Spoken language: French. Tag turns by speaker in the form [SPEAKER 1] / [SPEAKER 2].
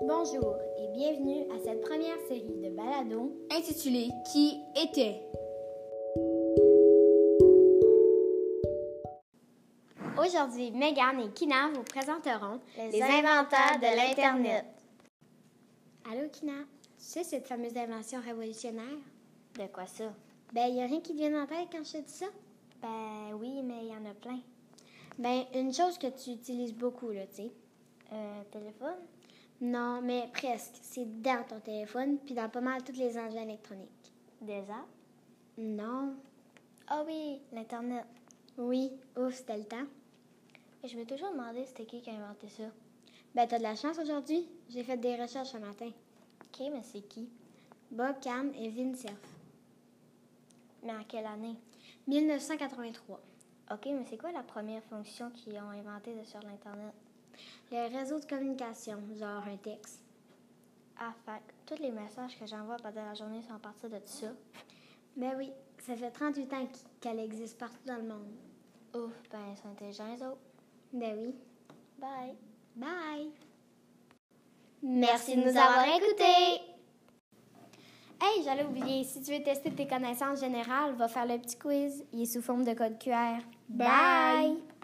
[SPEAKER 1] Bonjour et bienvenue à cette première série de baladons
[SPEAKER 2] intitulé Qui était
[SPEAKER 1] Aujourd'hui, Megan et Kina vous présenteront
[SPEAKER 3] Les inventeurs de l'Internet.
[SPEAKER 1] Allô Kina, tu sais cette fameuse invention révolutionnaire?
[SPEAKER 3] De quoi ça?
[SPEAKER 1] Ben, il a rien qui te vient en tête quand je te dis ça.
[SPEAKER 3] Ben oui, mais il y en a plein.
[SPEAKER 1] Ben, une chose que tu utilises beaucoup, là, tu sais.
[SPEAKER 3] Euh, téléphone?
[SPEAKER 1] Non, mais presque. C'est dans ton téléphone, puis dans pas mal tous les engins électroniques.
[SPEAKER 3] Des apps?
[SPEAKER 1] Non.
[SPEAKER 3] Ah oui, l'Internet.
[SPEAKER 1] Oui, ouf, c'était le temps.
[SPEAKER 3] Et je me suis toujours demandé c'était qui qui a inventé ça.
[SPEAKER 1] Ben, t'as de la chance aujourd'hui. J'ai fait des recherches ce matin.
[SPEAKER 3] Ok, mais c'est qui?
[SPEAKER 1] Bob Kahn et Vinsurf.
[SPEAKER 3] Mais en quelle année?
[SPEAKER 1] 1983.
[SPEAKER 3] Ok, mais c'est quoi la première fonction qu'ils ont inventée de- sur l'Internet?
[SPEAKER 1] Le réseau de communication, genre un texte.
[SPEAKER 3] Ah, fait que tous les messages que j'envoie pendant la journée sont à partir de ça.
[SPEAKER 1] Ben oui, ça fait 38 ans qu- qu'elle existe partout dans le monde.
[SPEAKER 3] Ouf, ben ils sont intelligents les autres.
[SPEAKER 1] Ben oui.
[SPEAKER 3] Bye!
[SPEAKER 1] Bye!
[SPEAKER 3] Merci de nous avoir écoutés.
[SPEAKER 1] Hey, j'allais oublier, si tu veux tester tes connaissances générales, va faire le petit quiz. Il est sous forme de code QR.
[SPEAKER 2] Bye.
[SPEAKER 1] Bye.